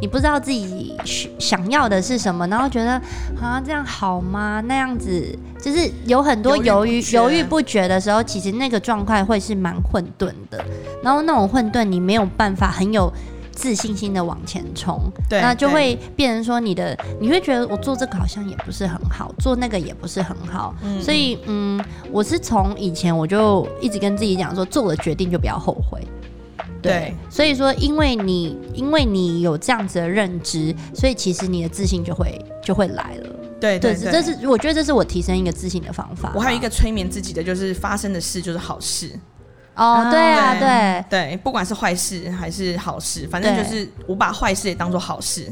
你不知道自己需想要的是什么，然后觉得啊这样好吗？那样子就是有很多
犹
犹
豫
豫
不决
犹豫不决的时候，其实那个状态会是蛮混沌的。然后那种混沌，你没有办法很有。自信心的往前冲，
对
那就
对
会变成说你的，你会觉得我做这个好像也不是很好，做那个也不是很好，所以嗯，我是从以前我就一直跟自己讲说，做了决定就不要后悔。
对
所以说，因为你因为你有这样子的认知，所以其实你的自信就会就会来了。
对对
对，
对，
这是我觉得这是我提升一个自信的方法。
我还有一个催眠自己的，就是发生的事就是好事。
哦，对啊，
对
对
对，不管是坏事还是好事，反正
对
就是我把坏事也当做好事，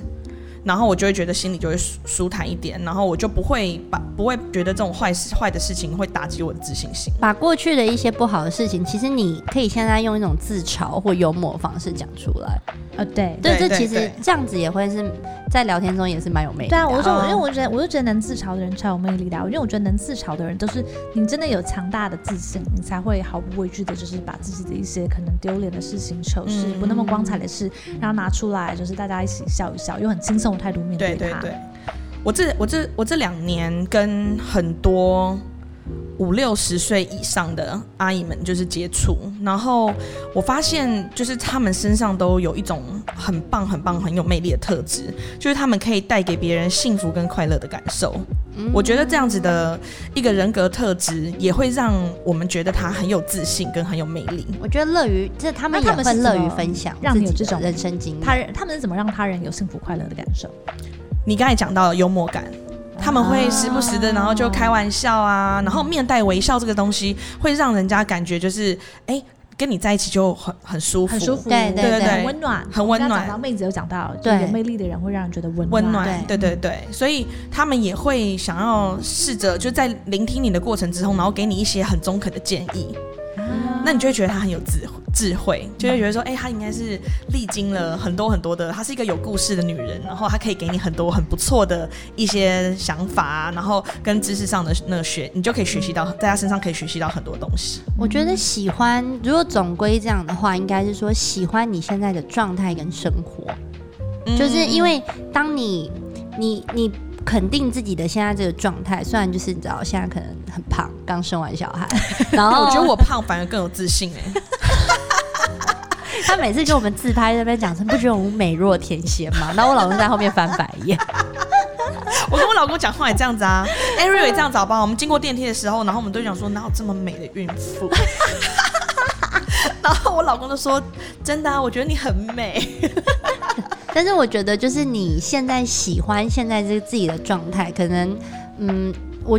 然后我就会觉得心里就会舒舒坦一点，然后我就不会把不会觉得这种坏事坏的事情会打击我的自信心。
把过去的一些不好的事情，其实你可以现在用一种自嘲或幽默的方式讲出来。
呃，对。
对，
对
这
对
其实
对
这样子也会是在聊天中也是蛮有魅力的
对
啊。
啊，我就
哦
因为我觉得，我就觉得能自嘲的人才有魅力的啊、因为我觉得能自嘲的人，都是你真的有强大的自信，你才会毫不畏惧的，就是把自己的一些可能丢脸的事情、糗事、不那么光彩的事，然后拿出来，就是大家一起笑一笑，用很轻松的态度面
对
它。
对对，我这我这我这两年跟很多五六十岁以上的阿姨们就是接触，然后我发现就是她们身上都有一种很棒很棒很有魅力的特质，就是她们可以带给别人幸福跟快乐的感受。我觉得这样子的一个人格特质，也会让我们觉得她很有自信跟很有魅力。
我觉得乐于，这他们
那
也
他们
会
是
乐
怎
于
么
分享
让
自
你有
己
这
的
种
人生经历。
他人他们是怎么让他人有幸福快乐的感受？
你刚才讲到的幽默感，
哦
他们会时不时的，然后就开玩笑啊，然后面带微笑这个东西，会让人家感觉就是，哎、跟你在一起就很很舒服，
很舒服，
对对
对对
很温暖，
很
我们
温
刚刚
暖
讲到妹子有讲到，就
对
有魅力的人会让人觉得温
温
暖
暖，对对对，所以他们也会想要试着就在聆听你的过程之中，然后给你一些很中肯的建议，
啊
那你就会觉得他很有智智慧，就会觉得说，哎、她应该是历经了很多很多的，她是一个有故事的女人，然后她可以给你很多很不错的一些想法啊，然后跟知识上的那个学，你就可以学习到，在她身上可以学习到很多东西。
我觉得喜欢，如果总归这样的话，应该是说喜欢你现在的状态跟生活，
嗯
就是因为当你你你肯定自己的现在这个状态，虽然就是你知道现在可能很胖，刚生完小 孩，然
哎
后
我觉得我胖反而更有自信哎、
他每次跟我们自拍在那边讲，你不觉得我美若天仙吗？然后我老公在后面翻白眼，
我跟我老公讲话也这样子啊 a r i 也这样子好不好？我们经过电梯的时候，然后我们都讲说哪有这么美的孕妇， 然后我老公就说真的啊，我觉得你很美。
但是我觉得，就是你现在喜欢现在这个自己的状态，可能，嗯，我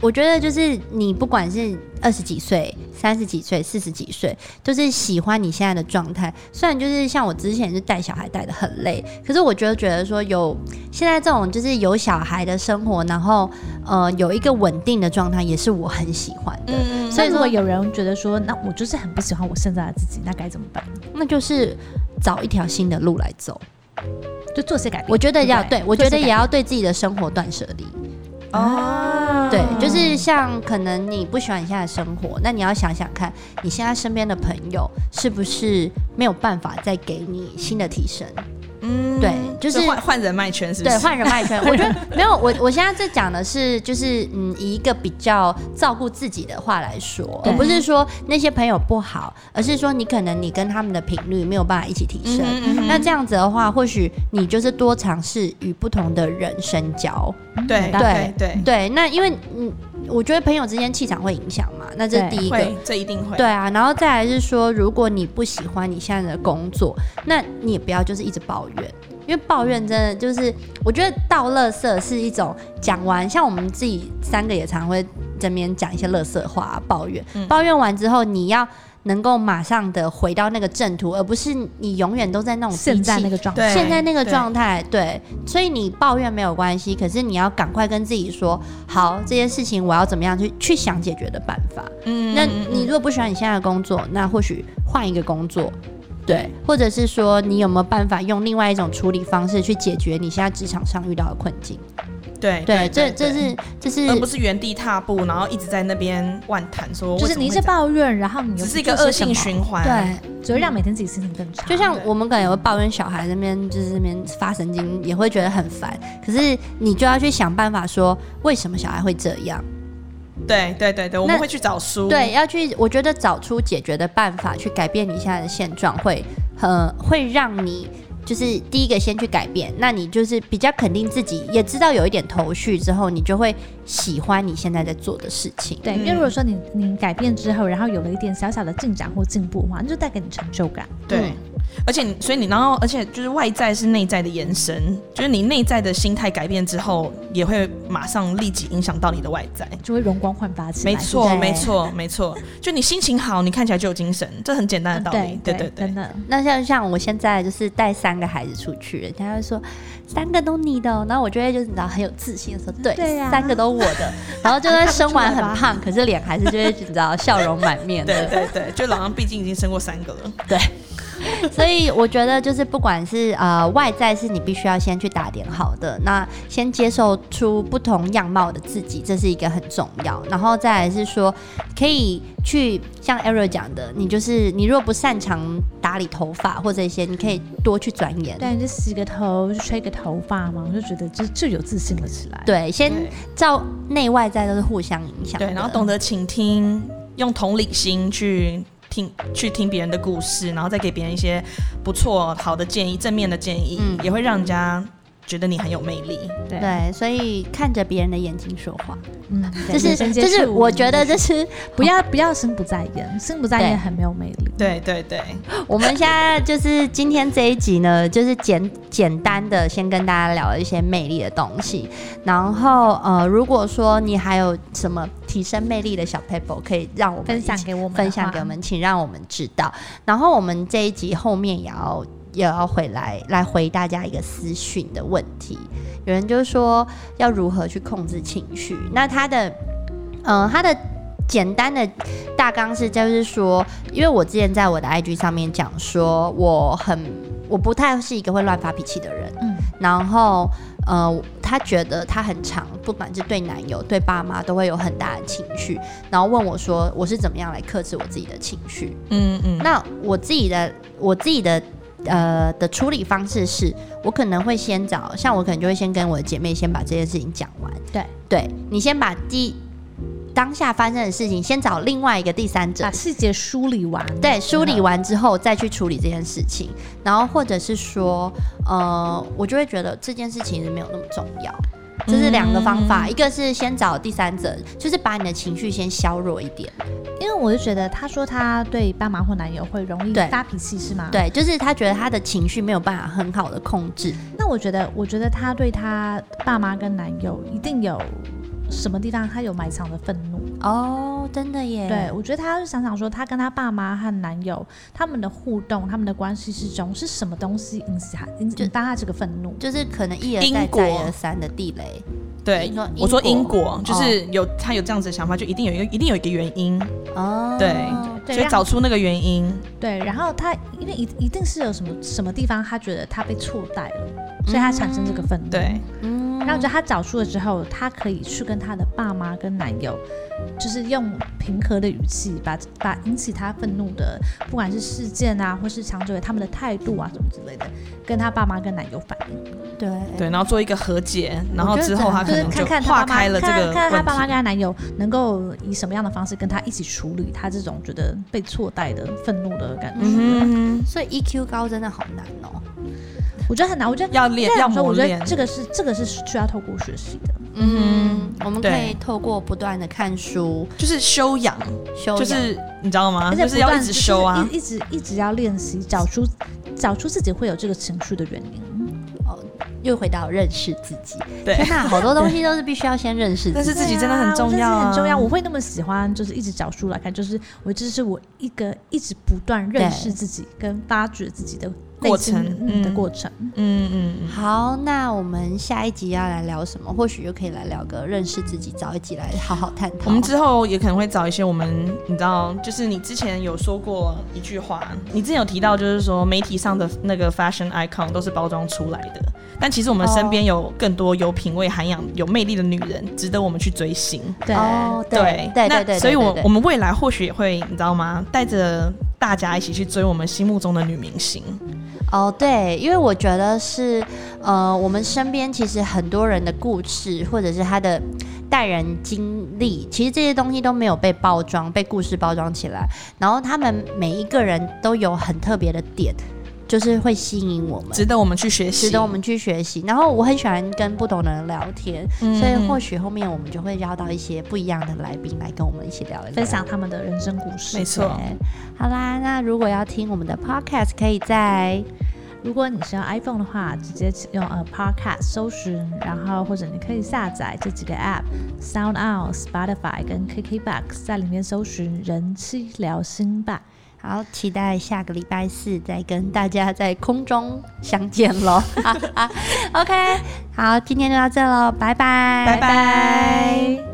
我觉得就是你不管是二十几岁、三十几岁、四十几岁，就是喜欢你现在的状态。虽然就是像我之前是带小孩带的很累，可是我觉得觉得说有现在这种就是有小孩的生活，然后呃有一个稳定的状态，也是我很喜欢的。
嗯
所
所以
以说
如果有人觉得说，那我就是很不喜欢我现在的自己，那该怎么办？
那就是找一条新的路来走。
就做些改变。
我觉得要对
对不对
我觉得也要
做
对自己的生活断舍离。
哦
对，就是像可能你不喜欢你现在的生活，那你要想想看，你现在身边的朋友是不是没有办法再给你新的提升？
嗯
对，就是
换换人脉圈是不
对
是？
换人 脉圈，我觉得没有我我现在在讲的是，就是嗯，以一个比较照顾自己的话来说，
对
而不是说那些朋友不好，而是说你可能你跟他们的频率没有办法一起提升。
嗯哼嗯哼
那这样子的话，或许你就是多尝试与不同的人深交。
嗯
对
对
对对
对，那因为嗯，我觉得朋友之间气场会影响嘛，那这是
对
第一个
会。，这一定会。
对啊，然后再来是说，如果你不喜欢你现在的工作，那你也不要就是一直抱怨，因为抱怨真的就是，我觉得倒垃圾是一种讲完，像我们自己三个也常会这边讲一些垃圾话、抱怨，
嗯
抱怨完之后你要能够马上的回到那个正途，而不是你永远都在那种
现在
低气
那个状态，
对
现在那个
对
状态，对，所以你抱怨没有关系，可是你要赶快跟自己说，好，这些事情我要怎么样去去想解决的办法。
嗯
那你如果不喜欢你现在的工作，那或许换一个工作，对，或者是说你有没有办法用另外一种处理方式去解决你现在职场上遇到的困境？
对
对，这
哎对
这是这
而不
是
是原地踏步，然后一直在那边乱谈说，
就是你一直抱怨，然后你又
只是
不
一个
做
恶
些什
性
么
循环。
对。
只会让每天自己心情更差。
就像我们可能也会抱怨小孩那边就是那边发神经，也会觉得很烦。可是你就要去想办法说，为什么小孩会这样？
对对对对，我们会去找书。
对，要去，我觉得找出解决的办法去改变你现在的现状，会呃会让你就是第一个先去改变，那你就是比较肯定自己，也知道有一点头绪之后，你就会喜欢你现在在做的事情。
对，
嗯
因为如果说你你改变之后，然后有了一点小小的进展或进步的话，那就带给你成就感。
对
嗯，
而且你，所以你，然后，而且就是外在是内在的延伸，就是你内在的心态改变之后，也会马上立即影响到你的外在。
就会容光焕发起来。
没错，
对
没错，没错。就你心情好，你看起来就有精神，这很简单的道理
对。
对对
对
对
真，的
那像像我现在就是带三个孩子出去，人家会说三个都你的哦、然后我就会就是你知道很有自信的说，对，
对啊
三个都我的，然后就算生完
看不出来吧
很胖，可是脸还是就会 你知道笑容满面的。
对对对，就老杨毕竟已经生过三个了。
所以我觉得就是不管是呃外在是你必须要先去打点好的，那先接受出不同样貌的自己，这是一个很重要。然后再来是说，可以去像 Ariel 讲的，你就是你如果不擅长打理头发或者一些，你可以多去钻研。
对，你就洗个头，去吹个头发嘛，我就觉得就就有自信了起来。
对，先
对
照内外在都是互相影响的。
对，然后懂得倾听，用同理心去听去听别人的故事，然后再给别人一些不错好的建议、正面的建议，
嗯
也会让人家觉得你很有魅力。
对
对，所以看着别人的眼睛说话，
嗯，
这
人
是
生接
这是
触
我觉得这是
不要不要心不在焉，心不在
对
焉很没有魅力。
对对对，
我们现在就是今天这一集呢，就是简简单的先跟大家聊一些魅力的东西，然后呃，如果说你还有什么提升魅力的小 paper，可以让我们
分享
一起
给我们，
分享给我。们，请让我们知道。然后我们这一集后面也要也要回来来回大家一个私讯的问题。有人就说要如何去控制情绪，那他的嗯、呃他的。简单的大纲是，就是说，因为我之前在我的 IG 上面讲说，我很我不太是一个会乱发脾气的人，
嗯，
然后呃，她觉得她很长，不管是对男友、对爸妈，都会有很大的情绪，然后问我说我是怎么样来克制我自己的情绪。
嗯嗯，
那我自己的我自己的呃的处理方式是，我可能会先找，像我可能就会先跟我的姐妹先把这件事情讲完。
对，
对你先把第当下发生的事情，先找另外一个第三者
把细节梳理完，
对，梳理完之后再去处理这件事情，然后或者是说，呃，我就会觉得这件事情是没有那么重要。这是两个方法，一个是先找第三者，就是把你的情绪先削弱一点。
因为我就觉得他说他对爸妈或男友会容易
对
发脾气，是吗？。
对，就是他觉得他的情绪没有办法很好的控制。
那我觉得，我觉得他对他爸妈跟男友一定有什么地方他有埋藏的愤怒。
哦，真的耶。
对，我觉得他就想想说，他跟他爸妈和男友他们的互动，他们的关系之中是什么东西引起他引引发他这个愤怒？
就是可能一而再
因果
再而三的地雷。
对
你说英，国
我说因
哦
果就是有他有这样子的想法，就一定有一个一定有一个原因，
哦，
对
对
所以
让
找出那个原因。
对，然后他因为一一定是有什么什么地方，他觉得他被错待了，所以他产生这个愤怒。
对，
嗯，
然后我觉得他找出了之后，他可以去跟他的爸妈、跟男友，就是用平和的语气把把引起他愤怒的，不管是事件啊，或是强者他们的态度啊什么之类的，跟他爸妈、跟男友反映，
对
对，然后做一个和解，然
我
后
觉得
之后他可
就是
能
看
就
看
化
他爸妈
开了这个
看看他爸妈跟
问题。
他男友能够以什么样的方式跟他一起处理他这种觉得被错待的愤怒的感觉。
嗯哼，
所以 EQ 高真的好难哦。
我觉得很难，我觉得。
要练
对，啊
要
我说，
磨
我觉
练啊
得。这个是这个是需要透过学习的。
嗯，我们可
对
以透过不断的看书
就是修养，
修养，
就是你知道吗？
而且
就是
不
要
断
一直修啊
就是。一一直一直要练习，找出找出自己会有这个情绪的原因。
哦，又回到认识自己。
对
天 哪，好多东西都是必须要先认识自己。
但是自己真的很重
对
要
啊我觉得自己
啊
很重要。我会那么喜欢，就是一直找书来看，就是我这是我一个一直不断认识自己跟发掘自己的内心
过程
嗯的
嗯
过程。
嗯嗯嗯，
好，那我们下一集要来聊什么？或许又可以来聊个认识自己，找一集来好好探讨。
我们之后也可能会找一些我们，你知道，就是你之前有说过一句话，你之前有提到，就是说媒体上的那个 fashion icon 都是包装出来的，但其实我们身边有更多有品味、涵养、有魅力的女人，值得我们去追星。
对，
哦，对对
对
对
那
对，
所以我
对
我们未来或许也会，你知道吗？带着大家一起去追我们心目中的女明星。
哦，对，因为我觉得是，呃，我们身边其实很多人的故事，或者是他的待人经历，其实这些东西都没有被包装，被故事包装起来。然后他们每一个人都有很特别的点，就是会吸引我们，
值得我们去学习，
值得我们去学习。然后我很喜欢跟不同的人聊天，
嗯，
所以或许后面我们就会邀到一些不一样的来宾来跟我们一起聊一聊
分。享他们的人生故事。
没错
对好啦，那如果要听我们的 podcast，可以在。
如果你是用 iPhone 的话，直接用呃 Podcast 搜寻，然后或者你可以下载这几个 App Sound On、Spotify 跟 KKBox，在里面搜寻“人妻聊心吧
好，期待下个礼拜四再跟大家在空中相见 喽。OK，好，今天就到这喽，拜拜，
拜拜。